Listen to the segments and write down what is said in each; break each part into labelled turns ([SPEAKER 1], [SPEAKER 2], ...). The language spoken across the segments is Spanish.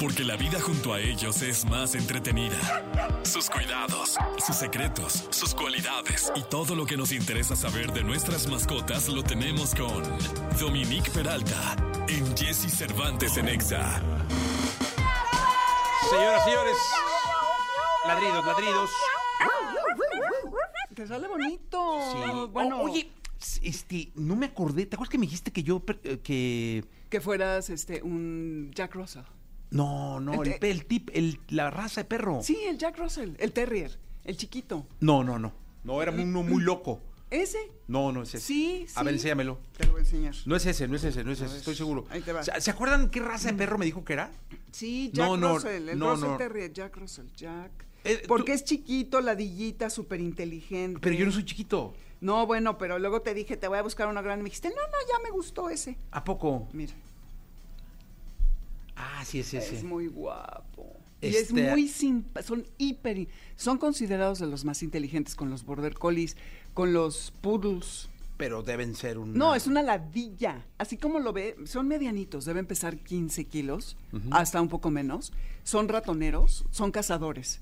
[SPEAKER 1] Porque la vida junto a ellos es más entretenida. Sus cuidados, sus secretos, sus cualidades y todo lo que nos interesa saber de nuestras mascotas lo tenemos con Dominique Peralta en Jesse Cervantes en Exa.
[SPEAKER 2] Señoras, señores, ladridos, ladridos.
[SPEAKER 3] Te sale bonito.
[SPEAKER 2] Sí.
[SPEAKER 3] Bueno,
[SPEAKER 2] O- Oh, oye, s- este, no me acordé. ¿Te acuerdas que me dijiste que yo per- eh, que
[SPEAKER 3] que fueras este un Jack Russell.
[SPEAKER 2] no, no, el,
[SPEAKER 3] Este-
[SPEAKER 2] pe- el tip, el- la raza de perro?
[SPEAKER 3] Sí, el Jack Russell, el Terrier, el chiquito.
[SPEAKER 2] No, no, no. No, era uno muy loco.
[SPEAKER 3] Ese
[SPEAKER 2] No, no es ese.
[SPEAKER 3] Sí,
[SPEAKER 2] A ver,
[SPEAKER 3] sí.
[SPEAKER 2] enséñamelo.
[SPEAKER 3] te lo voy a enseñar.
[SPEAKER 2] No es ese, no es ese, no es ese,
[SPEAKER 3] ver,
[SPEAKER 2] estoy seguro.
[SPEAKER 3] ahí te va. Mm.
[SPEAKER 2] ¿Se se acuerdan qué raza de perro me dijo que era?
[SPEAKER 3] Sí, Jack
[SPEAKER 2] No, no,
[SPEAKER 3] Russell, el
[SPEAKER 2] no,
[SPEAKER 3] Russell
[SPEAKER 2] no.
[SPEAKER 3] Terrier, Jack Russell, Jack.
[SPEAKER 2] Eh,
[SPEAKER 3] Porque
[SPEAKER 2] tú-
[SPEAKER 3] es chiquito, ladillita, súper inteligente.
[SPEAKER 2] Pero yo no soy chiquito.
[SPEAKER 3] No, bueno, pero luego te dije, te voy a buscar una gran. y Me dijiste, no, no, ya me gustó ese.
[SPEAKER 2] ¿A poco?
[SPEAKER 3] Mira,
[SPEAKER 2] Ah, sí, es
[SPEAKER 3] Mm. es
[SPEAKER 2] ese.
[SPEAKER 3] muy guapo. Y es
[SPEAKER 2] Este-
[SPEAKER 3] muy simpa, son hiper, in- son considerados de los más inteligentes con los border collies, con los poodles.
[SPEAKER 2] Pero deben ser un.
[SPEAKER 3] No, es una ladilla. Así como lo ve, son medianitos, deben pesar 15 kilos, hasta un poco menos. Son ratoneros, son cazadores.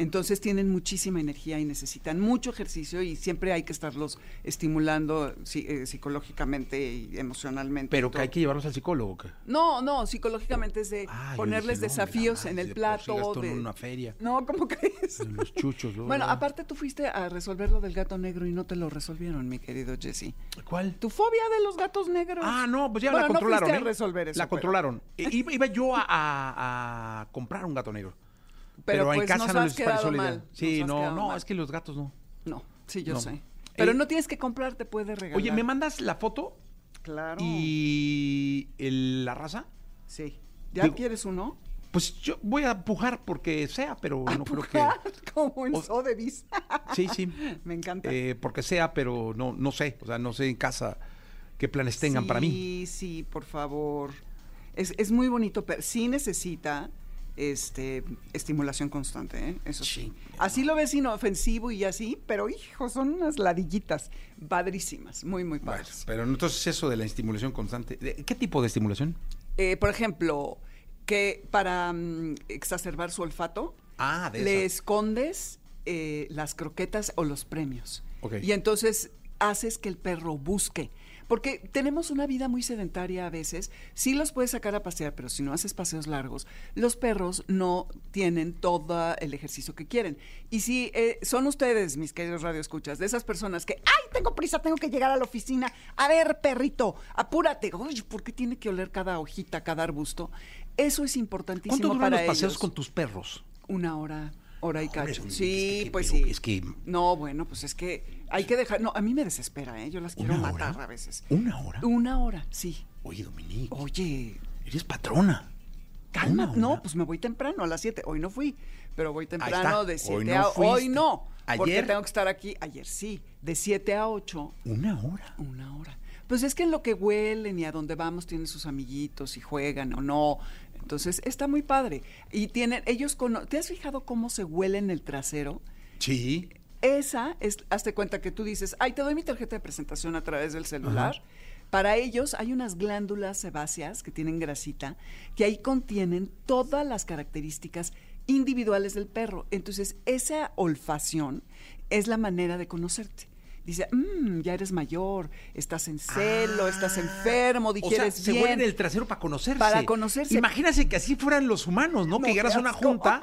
[SPEAKER 3] Entonces tienen muchísima energía y necesitan mucho ejercicio y siempre hay que estarlos estimulando sí, eh, psicológicamente y emocionalmente. y
[SPEAKER 2] Pero que
[SPEAKER 3] todo.
[SPEAKER 2] hay que llevarlos al psicólogo. ¿qué?
[SPEAKER 3] No, no, psicológicamente es de
[SPEAKER 2] Ah, yo
[SPEAKER 3] ponerles
[SPEAKER 2] dije, no,
[SPEAKER 3] desafíos
[SPEAKER 2] mira,
[SPEAKER 3] en
[SPEAKER 2] si
[SPEAKER 3] el
[SPEAKER 2] de por sí
[SPEAKER 3] plato.
[SPEAKER 2] gasto en
[SPEAKER 3] de-
[SPEAKER 2] una feria.
[SPEAKER 3] No, ¿cómo crees?
[SPEAKER 2] En los chuchos, luego,
[SPEAKER 3] Bueno,
[SPEAKER 2] luego.
[SPEAKER 3] aparte tú fuiste a resolver lo del gato negro y no te lo resolvieron, mi querido Jesse.
[SPEAKER 2] ¿Cuál?
[SPEAKER 3] Tu fobia de los gatos negros.
[SPEAKER 2] Ah, no, pues ya
[SPEAKER 3] Bueno,
[SPEAKER 2] la controlaron.
[SPEAKER 3] No fuiste
[SPEAKER 2] ¿eh?
[SPEAKER 3] a resolver eso.
[SPEAKER 2] La
[SPEAKER 3] pero-
[SPEAKER 2] controlaron. Eh, Iba, iba yo a, a- a comprar un gato negro.
[SPEAKER 3] Pero,
[SPEAKER 2] Pero, en
[SPEAKER 3] pues,
[SPEAKER 2] casa
[SPEAKER 3] nos
[SPEAKER 2] no
[SPEAKER 3] has
[SPEAKER 2] les pareció
[SPEAKER 3] quedado
[SPEAKER 2] la idea.
[SPEAKER 3] mal,
[SPEAKER 2] Sí,
[SPEAKER 3] nos has
[SPEAKER 2] no,
[SPEAKER 3] quedado
[SPEAKER 2] no,
[SPEAKER 3] mal.
[SPEAKER 2] es que los gatos no.
[SPEAKER 3] No, sí, yo
[SPEAKER 2] No.
[SPEAKER 3] sé. Pero
[SPEAKER 2] Eh,
[SPEAKER 3] no tienes que comprar, te puede regalar.
[SPEAKER 2] Oye, ¿me mandas la foto
[SPEAKER 3] Claro.
[SPEAKER 2] y el- la raza?
[SPEAKER 3] Sí. ¿Ya
[SPEAKER 2] Digo-
[SPEAKER 3] quieres uno?
[SPEAKER 2] Pues yo voy a pujar porque sea, pero no creo que.
[SPEAKER 3] Como en
[SPEAKER 2] O-
[SPEAKER 3] Sotheby's.
[SPEAKER 2] Sí, sí.
[SPEAKER 3] Me encanta.
[SPEAKER 2] Eh, porque sea, pero no, no sé. O sea, no sé en casa qué planes tengan para mí.
[SPEAKER 3] Sí, sí, por favor. Es, es muy bonito, pero sí necesita este estimulación constante, ¿eh? eso sí. Así lo ves inofensivo y así, pero hijo, son unas ladillitas padrísimas, muy, muy
[SPEAKER 2] Bueno,
[SPEAKER 3] padres.
[SPEAKER 2] pero entonces eso de la estimulación constante. ¿de- ¿Qué tipo de estimulación?
[SPEAKER 3] Eh, por ejemplo, que para mm, exacerbar su olfato,
[SPEAKER 2] Ah, de
[SPEAKER 3] le
[SPEAKER 2] esas.
[SPEAKER 3] escondes eh, las croquetas o los premios.
[SPEAKER 2] Ok.
[SPEAKER 3] Y entonces haces que el perro busque. Porque tenemos una vida muy sedentaria a veces. Sí los puedes sacar a pasear, pero si no haces paseos largos, los perros no tienen todo el ejercicio que quieren. Y si eh, son ustedes, mis queridos radioescuchas, de esas personas que, ¡ay, tengo prisa, tengo que llegar a la oficina! A ver, perrito, apúrate. Oye, ¿por qué tiene que oler cada hojita, cada arbusto? Eso es importantísimo
[SPEAKER 2] ¿Cuánto duran
[SPEAKER 3] para
[SPEAKER 2] los paseos
[SPEAKER 3] ellos.
[SPEAKER 2] con tus perros?
[SPEAKER 3] Una hora, hora y
[SPEAKER 2] Hombre,
[SPEAKER 3] cacho.
[SPEAKER 2] Dominique,
[SPEAKER 3] sí,
[SPEAKER 2] es que-
[SPEAKER 3] pues
[SPEAKER 2] pero
[SPEAKER 3] sí.
[SPEAKER 2] es que-
[SPEAKER 3] No, bueno, pues es que hay que dejar. No, a mí me desespera, ¿eh? Yo las quiero
[SPEAKER 2] ¿Una
[SPEAKER 3] matar
[SPEAKER 2] hora? ¿Ah?
[SPEAKER 3] a veces.
[SPEAKER 2] ¿Una hora?
[SPEAKER 3] Una hora, sí.
[SPEAKER 2] Oye, Dominique,
[SPEAKER 3] Oye,
[SPEAKER 2] eres patrona.
[SPEAKER 3] calma.
[SPEAKER 2] Una hora.
[SPEAKER 3] No, pues me voy temprano a las 7. Hoy no fui, pero voy temprano
[SPEAKER 2] está.
[SPEAKER 3] de
[SPEAKER 2] Hoy
[SPEAKER 3] 7
[SPEAKER 2] no
[SPEAKER 3] a. Hoy
[SPEAKER 2] fuiste.
[SPEAKER 3] no. Porque
[SPEAKER 2] Ayer.
[SPEAKER 3] tengo que estar aquí. Ayer sí. De 7 a 8
[SPEAKER 2] Una hora.
[SPEAKER 3] Una hora. Pues es que en lo que huelen y a donde vamos tienen sus amiguitos y juegan o no. Entonces está muy padre. Y tienen, ellos cono- ¿te has fijado cómo se huelen el trasero?
[SPEAKER 2] Sí.
[SPEAKER 3] Esa es, hazte cuenta que tú dices, ay, te doy mi tarjeta de presentación a través del celular. Para ellos hay unas glándulas sebáceas que tienen grasita, que ahí contienen todas las características individuales del perro. Entonces, esa olfacción es la manera de conocerte. Dice, "Mm, ya eres mayor, estás en celo, estás enfermo,
[SPEAKER 2] Ah. O sea,
[SPEAKER 3] digieres
[SPEAKER 2] se
[SPEAKER 3] bien".
[SPEAKER 2] huelen el trasero para conocerse.
[SPEAKER 3] Para conocerse.
[SPEAKER 2] Imagínate que así fueran los humanos, ¿no?
[SPEAKER 3] No,
[SPEAKER 2] que llegaras
[SPEAKER 3] qué
[SPEAKER 2] a una
[SPEAKER 3] asco.
[SPEAKER 2] junta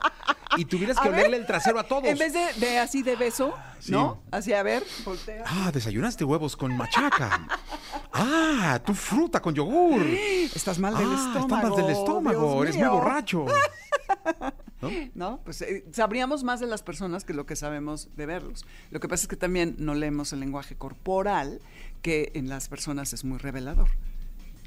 [SPEAKER 2] y tuvieras que
[SPEAKER 3] A ver,
[SPEAKER 2] olerle el trasero a todos. Ah,
[SPEAKER 3] En vez de, de así de beso,
[SPEAKER 2] Sí.
[SPEAKER 3] ¿no? Así, a ver, voltea.
[SPEAKER 2] Ah, desayunaste huevos con machaca. Ah, tu fruta con yogur.
[SPEAKER 3] Estás mal del
[SPEAKER 2] Ah,
[SPEAKER 3] estómago.
[SPEAKER 2] está mal del estómago.
[SPEAKER 3] Dios
[SPEAKER 2] Eres muy
[SPEAKER 3] mío.
[SPEAKER 2] borracho. ¿No?
[SPEAKER 3] ¿no? Pues eh, sabríamos más de las personas que lo que sabemos de verlos. Lo que pasa es que también no leemos el lenguaje corporal, que en las personas es muy revelador.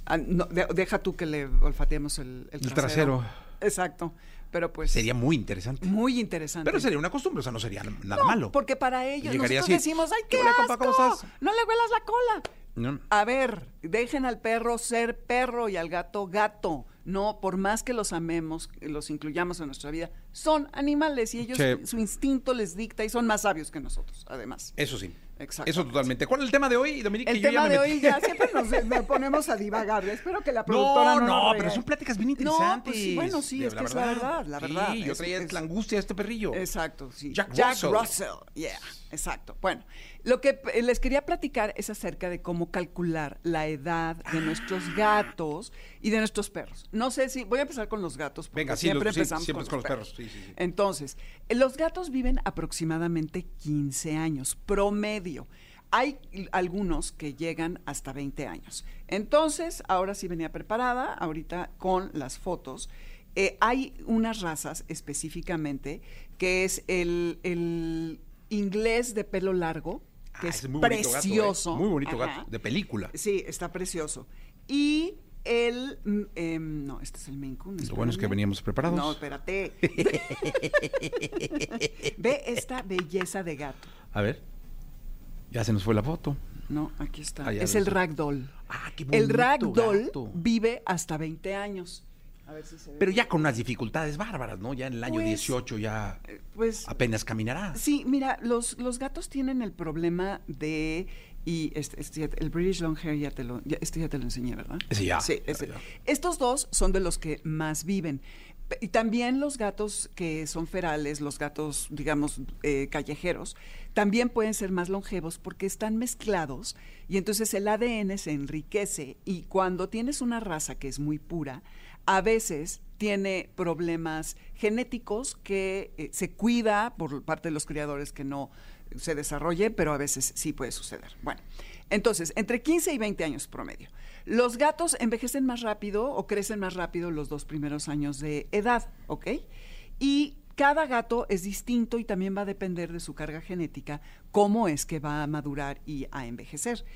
[SPEAKER 3] Ah, no, de- deja tú que le olfateemos el,
[SPEAKER 2] El trasero.
[SPEAKER 3] Exacto. Pero pues.
[SPEAKER 2] Sería muy interesante.
[SPEAKER 3] muy interesante.
[SPEAKER 2] Pero sería una costumbre, o sea, no sería nada
[SPEAKER 3] No,
[SPEAKER 2] malo.
[SPEAKER 3] Porque para ellos,
[SPEAKER 2] Llegaría
[SPEAKER 3] nosotros
[SPEAKER 2] así,
[SPEAKER 3] decimos, ¡ay, qué
[SPEAKER 2] "Hola, compa,
[SPEAKER 3] asco!
[SPEAKER 2] ¿cómo estás?"
[SPEAKER 3] No le huelas la cola.
[SPEAKER 2] No.
[SPEAKER 3] A ver, dejen al perro ser perro y al gato gato. No, por más que los amemos, que los incluyamos en nuestra vida, son animales y ellos
[SPEAKER 2] Sí.
[SPEAKER 3] su instinto les dicta y son más sabios que nosotros, además.
[SPEAKER 2] Eso sí.
[SPEAKER 3] exacto.
[SPEAKER 2] Eso totalmente. ¿Cuál es el tema de hoy, Dominique?
[SPEAKER 3] El
[SPEAKER 2] Que yo ya
[SPEAKER 3] tema
[SPEAKER 2] me
[SPEAKER 3] de
[SPEAKER 2] metí.
[SPEAKER 3] hoy ya siempre nos nos ponemos a divagar. Espero que la productora
[SPEAKER 2] No,
[SPEAKER 3] no, nos
[SPEAKER 2] no,
[SPEAKER 3] regañe.
[SPEAKER 2] pero son pláticas bien
[SPEAKER 3] No,
[SPEAKER 2] interesantes.
[SPEAKER 3] pues sí, bueno, sí,
[SPEAKER 2] De-
[SPEAKER 3] es que es la verdad, la verdad.
[SPEAKER 2] Sí, yo
[SPEAKER 3] Es-
[SPEAKER 2] traía
[SPEAKER 3] es-
[SPEAKER 2] la angustia de este perrillo.
[SPEAKER 3] Exacto, sí.
[SPEAKER 2] Jack Russell.
[SPEAKER 3] yeah, exacto. Bueno, lo que eh, les quería platicar es acerca de cómo calcular la edad de nuestros
[SPEAKER 2] Ah.
[SPEAKER 3] gatos y de nuestros perros. No sé si voy a empezar con los gatos porque
[SPEAKER 2] Venga, sí,
[SPEAKER 3] siempre
[SPEAKER 2] los- sí,
[SPEAKER 3] empezamos
[SPEAKER 2] siempre es
[SPEAKER 3] con, los perros.
[SPEAKER 2] Sí, sí, sí.
[SPEAKER 3] Entonces, eh, los gatos viven aproximadamente 15 años promedio. Hay l- algunos que llegan hasta 20 años. Entonces, ahora sí venía preparada, ahorita con las fotos. Eh, hay unas razas específicamente que es el, el inglés de pelo largo, que
[SPEAKER 2] Ah,
[SPEAKER 3] es,
[SPEAKER 2] ese muy bonito gato, ¿eh?
[SPEAKER 3] precioso.
[SPEAKER 2] Muy bonito
[SPEAKER 3] Ajá.
[SPEAKER 2] gato, de película.
[SPEAKER 3] Sí, está precioso. Y el... mm, em, no, este es el Maine Coon.
[SPEAKER 2] Lo bueno es que
[SPEAKER 3] espérame.
[SPEAKER 2] veníamos preparados.
[SPEAKER 3] No, espérate. Ve esta belleza de gato.
[SPEAKER 2] A ver. Ya se nos fue la foto.
[SPEAKER 3] No, aquí está.
[SPEAKER 2] Ah, ya
[SPEAKER 3] es
[SPEAKER 2] lo
[SPEAKER 3] el
[SPEAKER 2] hice.
[SPEAKER 3] ragdoll.
[SPEAKER 2] Ah, qué
[SPEAKER 3] el
[SPEAKER 2] bonito
[SPEAKER 3] ragdoll
[SPEAKER 2] gato.
[SPEAKER 3] vive hasta 20 años. A ver si se ve.
[SPEAKER 2] Pero ya con unas dificultades bárbaras, ¿no? Ya en el año
[SPEAKER 3] Pues,
[SPEAKER 2] 18 ya
[SPEAKER 3] Eh, pues
[SPEAKER 2] apenas caminará.
[SPEAKER 3] sí, mira, los, los gatos tienen el problema de y este, este ya- el British Longhair ya te lo ya, este ya te lo enseñé, ¿verdad?
[SPEAKER 2] Ese ya,
[SPEAKER 3] Sí,
[SPEAKER 2] ya,
[SPEAKER 3] ese.
[SPEAKER 2] ya.
[SPEAKER 3] Estos dos son de los que más viven. P- Y también los gatos que son ferales, los gatos, digamos, eh, callejeros, también pueden ser más longevos porque están mezclados y entonces el ADN se enriquece y cuando tienes una raza que es muy pura, a veces tiene problemas genéticos que eh, se cuida por parte de los criadores que no se desarrolle, pero a veces sí puede suceder. Bueno, entonces, entre 15 y 20 años promedio. Los gatos envejecen más rápido o crecen más rápido los dos primeros años de edad, ¿ok? Y cada gato es distinto y también va a depender de su carga genética, cómo es que va a madurar y a envejecer.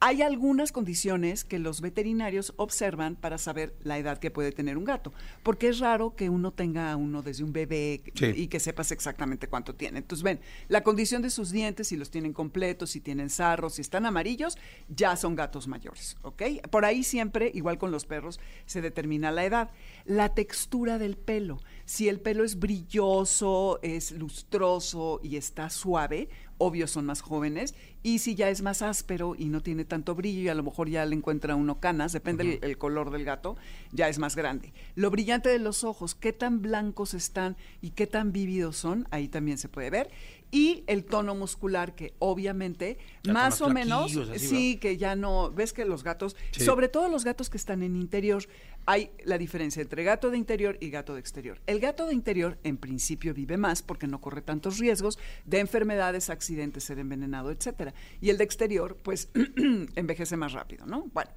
[SPEAKER 3] Hay algunas condiciones que los veterinarios observan para saber la edad que puede tener un gato, porque es raro que uno tenga a uno desde un bebé
[SPEAKER 2] Sí.
[SPEAKER 3] y que sepas exactamente cuánto tiene. Entonces, ven, la condición de sus dientes, si los tienen completos, si tienen sarros, si están amarillos, ya son gatos mayores, ¿ok? Por ahí siempre, igual con los perros, se determina la edad. La textura del pelo, si el pelo es brilloso, es lustroso y está suave, obvio son más jóvenes, y si ya es más áspero y no tiene tanto brillo y a lo mejor ya le encuentra uno canas, depende el, el color del gato, ya es más grande. Lo brillante de los ojos, qué tan blancos están y qué tan vívidos son, ahí también se puede ver. Y el tono muscular, que obviamente,
[SPEAKER 2] Ya están más
[SPEAKER 3] más o menos,
[SPEAKER 2] flaquillos, así,
[SPEAKER 3] sí, que ya no, ves que los gatos,
[SPEAKER 2] Sí.
[SPEAKER 3] sobre todo los gatos que están en interior, hay la diferencia entre gato de interior y gato de exterior. El gato de interior en principio vive más porque no corre tantos riesgos de enfermedades, accidentes, ser envenenado, etcétera. Y el de exterior pues envejece más rápido, ¿no? Bueno,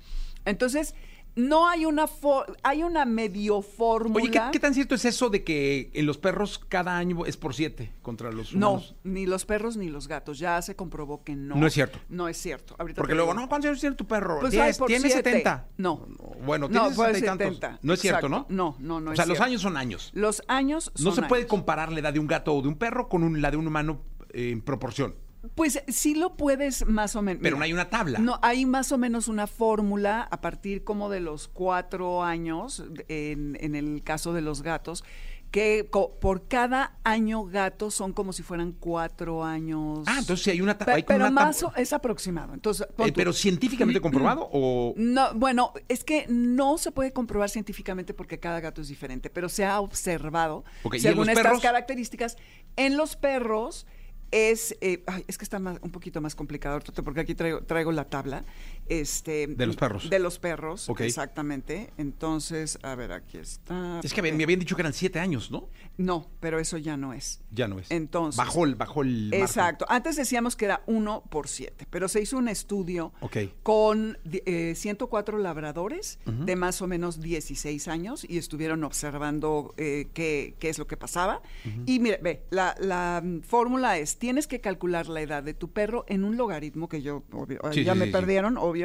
[SPEAKER 3] entonces no hay una fo- hay una medio fórmula.
[SPEAKER 2] Oye, ¿qué, qué tan cierto es eso de que en los perros cada año es por siete contra los
[SPEAKER 3] no,
[SPEAKER 2] humanos?
[SPEAKER 3] ni los perros ni los gatos. Ya se comprobó que no.
[SPEAKER 2] No es cierto.
[SPEAKER 3] No es cierto. Ahorita
[SPEAKER 2] Porque
[SPEAKER 3] te
[SPEAKER 2] luego,
[SPEAKER 3] digo.
[SPEAKER 2] no, ¿cuántos años tiene tu perro?
[SPEAKER 3] Pues
[SPEAKER 2] Diez,
[SPEAKER 3] hay por
[SPEAKER 2] tiene
[SPEAKER 3] siete.
[SPEAKER 2] 70.
[SPEAKER 3] No.
[SPEAKER 2] Bueno,
[SPEAKER 3] No,
[SPEAKER 2] tiene
[SPEAKER 3] por
[SPEAKER 2] 70 y tantos.
[SPEAKER 3] 70.
[SPEAKER 2] No es cierto, ¿no?
[SPEAKER 3] Exacto. No, no, no
[SPEAKER 2] O
[SPEAKER 3] es
[SPEAKER 2] sea, los
[SPEAKER 3] cierto.
[SPEAKER 2] años son años.
[SPEAKER 3] Los años
[SPEAKER 2] No
[SPEAKER 3] son
[SPEAKER 2] se puede
[SPEAKER 3] años.
[SPEAKER 2] comparar la edad de un gato o de un perro con un- la de un humano eh, en proporción.
[SPEAKER 3] Pues sí lo puedes más o menos.
[SPEAKER 2] Pero
[SPEAKER 3] mira,
[SPEAKER 2] no hay una tabla.
[SPEAKER 3] No, hay más o menos una fórmula a partir como de los cuatro años, en, en el caso de los gatos, que co- por cada año gato son como si fueran cuatro años.
[SPEAKER 2] Ah, entonces sí hay una ta-
[SPEAKER 3] Pe-
[SPEAKER 2] hay como
[SPEAKER 3] Pero
[SPEAKER 2] una tab-
[SPEAKER 3] más o- es aproximado. Entonces, pon
[SPEAKER 2] Eh,
[SPEAKER 3] tú- Mm,
[SPEAKER 2] pero científicamente comprobado o
[SPEAKER 3] No, bueno, es que no se puede comprobar científicamente porque cada gato es diferente, pero se ha observado
[SPEAKER 2] Ok, ¿y en
[SPEAKER 3] según
[SPEAKER 2] los
[SPEAKER 3] estas
[SPEAKER 2] perros?
[SPEAKER 3] características. En los perros es, eh, ay, es que está más- un poquito más complicado, Toto, porque aquí traigo, traigo la tabla. Este,
[SPEAKER 2] De los perros.
[SPEAKER 3] De los perros,
[SPEAKER 2] Ok.
[SPEAKER 3] exactamente. Entonces, a ver, aquí está.
[SPEAKER 2] es que me habían dicho que eran siete años, ¿no?
[SPEAKER 3] No, pero eso ya no es.
[SPEAKER 2] Ya no es.
[SPEAKER 3] Entonces.
[SPEAKER 2] bajó el bajó el margen.
[SPEAKER 3] Exacto. Antes decíamos que era 1 por 7, pero se hizo un estudio
[SPEAKER 2] Ok.
[SPEAKER 3] con di- eh, 104 labradores de más o menos 16 años y estuvieron observando eh, qué, qué es lo que pasaba. Y mire, ve, la, la, mm, fórmula es, tienes que calcular la edad de tu perro en un logaritmo que yo, obvio, eh,
[SPEAKER 2] Sí,
[SPEAKER 3] ya
[SPEAKER 2] sí,
[SPEAKER 3] me
[SPEAKER 2] sí, sí.
[SPEAKER 3] perdieron, obvio.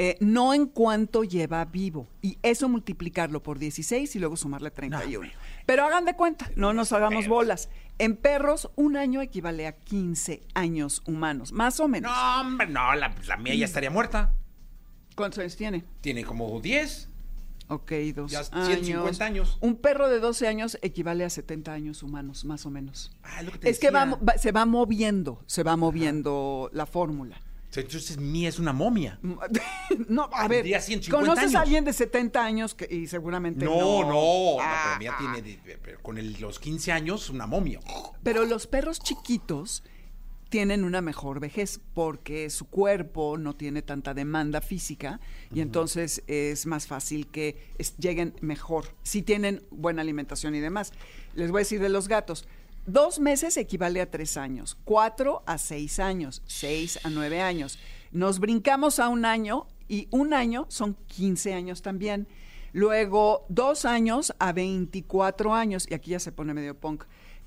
[SPEAKER 3] eh, no en cuánto lleva vivo. Y eso multiplicarlo por 16 y luego sumarle 31. Pero hagan de cuenta, no nos hagamos bolas. En perros, un año equivale a 15 años humanos, más o menos.
[SPEAKER 2] No,
[SPEAKER 3] Mm.
[SPEAKER 2] hombre, no, la, la mía ya estaría muerta.
[SPEAKER 3] ¿Cuántos años tiene?
[SPEAKER 2] Tiene como 10.
[SPEAKER 3] Ok, dos
[SPEAKER 4] Ya
[SPEAKER 3] años.
[SPEAKER 4] 150 años.
[SPEAKER 3] Un perro de 12 años equivale a 70 años humanos, más o menos.
[SPEAKER 4] Ah, es lo que te
[SPEAKER 3] Es que va
[SPEAKER 4] decía.
[SPEAKER 3] mo- va- se va moviendo, se va moviendo la fórmula.
[SPEAKER 4] Entonces Mía es una momia.
[SPEAKER 3] No, a ver,
[SPEAKER 4] Tendría 150
[SPEAKER 3] conoces
[SPEAKER 4] años.
[SPEAKER 3] a alguien de 70 años que- y seguramente
[SPEAKER 4] No,
[SPEAKER 3] no.
[SPEAKER 4] no, no,
[SPEAKER 3] Ah,
[SPEAKER 4] pero Mía tiene, de- pero con el- los 15 años, una momia.
[SPEAKER 3] Pero los perros chiquitos tienen una mejor vejez porque su cuerpo no tiene tanta demanda física y entonces es más fácil que es- lleguen mejor, si tienen buena alimentación y demás. Les voy a decir de los gatos. Dos meses equivale a tres años, cuatro a seis años, seis a nueve años. Nos brincamos a un año y un año son 15 años también. Luego dos años a 24 años, y aquí ya se pone medio punk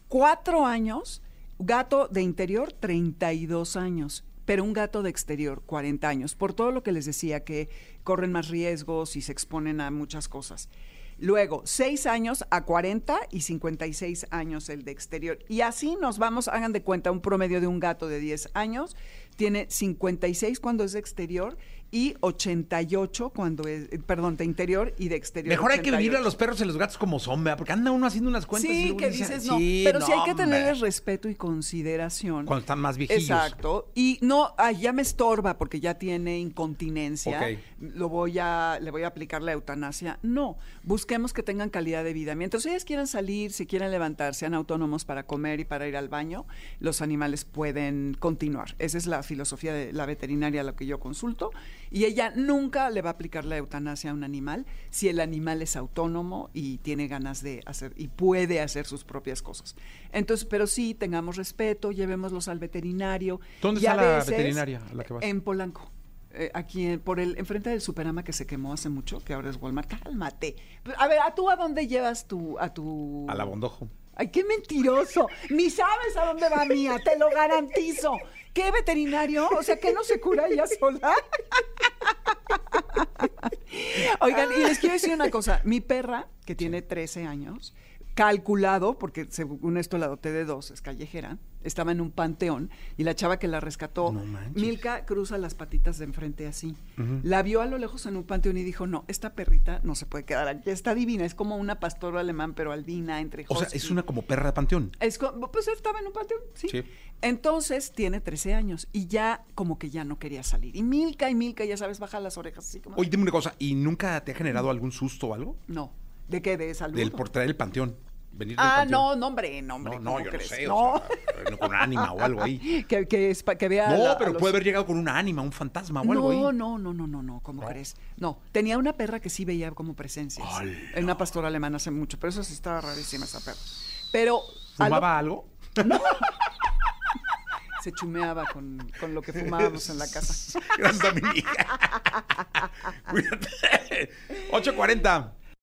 [SPEAKER 3] cuatro años, gato de interior 32 años, pero un gato de exterior 40 años, por todo lo que les decía que corren más riesgos y se exponen a muchas cosas. Luego, seis años a 40 y 56 años el de exterior. Y así nos vamos, hagan de cuenta, un promedio de un gato de 10 años tiene 56 cuando es de exterior y 88 cuando es, eh, perdón, de interior y de exterior.
[SPEAKER 4] Mejor hay que medir a
[SPEAKER 3] 88.
[SPEAKER 4] los perros y los gatos como son, ¿verdad? Porque anda uno haciendo unas cuentas. y
[SPEAKER 3] Sí,
[SPEAKER 4] luego
[SPEAKER 3] que
[SPEAKER 4] dice,
[SPEAKER 3] dices no.
[SPEAKER 4] "Sí,
[SPEAKER 3] pero sí
[SPEAKER 4] no,
[SPEAKER 3] hay que tenerles
[SPEAKER 4] hombre".
[SPEAKER 3] respeto y consideración.
[SPEAKER 4] Cuando están más viejillos.
[SPEAKER 3] Exacto. Y no, ay, ya me estorba porque ya tiene incontinencia.
[SPEAKER 4] Ok.
[SPEAKER 3] Lo voy a, le voy a aplicar la eutanasia. No, busquemos que tengan calidad de vida. Mientras ellas quieran salir, si quieren levantar, sean autónomos para comer y para ir al baño, los animales pueden continuar. Esa es la filosofía de la veterinaria a la que yo consulto. Y ella nunca le va a aplicar la eutanasia a un animal si el animal es autónomo y tiene ganas de hacer y puede hacer sus propias cosas. Entonces, pero sí, tengamos respeto, llevémoslos al veterinario.
[SPEAKER 4] ¿Dónde
[SPEAKER 3] Y a
[SPEAKER 4] está la
[SPEAKER 3] veces,
[SPEAKER 4] veterinaria a la que vas?
[SPEAKER 3] En Polanco. eh, aquí en- por el enfrente del Superama que se quemó hace mucho, que ahora es Walmart. Cálmate. A ver, ¿a tú a dónde llevas tu a tu
[SPEAKER 4] A la bondojo.
[SPEAKER 3] Ay, qué mentiroso. Ni sabes a dónde va mía, te lo garantizo. ¿Qué veterinario? O sea, que no se cura ella sola. Oigan, y les quiero decir una cosa. Mi perra, que tiene 13 años, calculado, porque según esto la doté de dos, es callejera, estaba en un panteón y la chava que la rescató,
[SPEAKER 4] No manches.
[SPEAKER 3] Milka cruza las patitas de enfrente así. La vio a lo lejos en un panteón y dijo, no, esta perrita no se puede quedar aquí, está divina, es como una pastora alemán, pero albina, entre
[SPEAKER 4] O sea,
[SPEAKER 3] husky".
[SPEAKER 4] es una como perra de panteón.
[SPEAKER 3] Es co- pues estaba en un panteón, ¿sí?
[SPEAKER 4] Sí.
[SPEAKER 3] Entonces tiene 13 años y ya como que ya no quería salir. Y Milka y Milka, ya sabes, baja las orejas así como...
[SPEAKER 4] Oye, dime una cosa, ¿y nunca te ha generado algún susto o algo?
[SPEAKER 3] No, ¿de qué? ¿De salud?
[SPEAKER 4] Del por traer el panteón. Venir del
[SPEAKER 3] Ah,
[SPEAKER 4] panteón.
[SPEAKER 3] no, no, hombre, no, hombre.
[SPEAKER 4] No, no,
[SPEAKER 3] ¿cómo
[SPEAKER 4] yo
[SPEAKER 3] crees?
[SPEAKER 4] no sé.
[SPEAKER 3] No.
[SPEAKER 4] O sea, con un ánima o algo ahí.
[SPEAKER 3] que, que, es pa- que vea... a
[SPEAKER 4] No,
[SPEAKER 3] la- a
[SPEAKER 4] pero
[SPEAKER 3] los-
[SPEAKER 4] puede haber llegado con un ánima, un fantasma o algo ahí.
[SPEAKER 3] No, no, no, no, no, no, ¿cómo crees? No, tenía una perra que sí veía como presencias. En una pastora alemana hace mucho, pero eso sí estaba rarísima esa perra. Pero... a lo-
[SPEAKER 4] ¿Fumaba algo?
[SPEAKER 3] Se chumeaba con, con lo que fumábamos en la casa.
[SPEAKER 4] Gracias, Dominica. Cuídate. 8.40.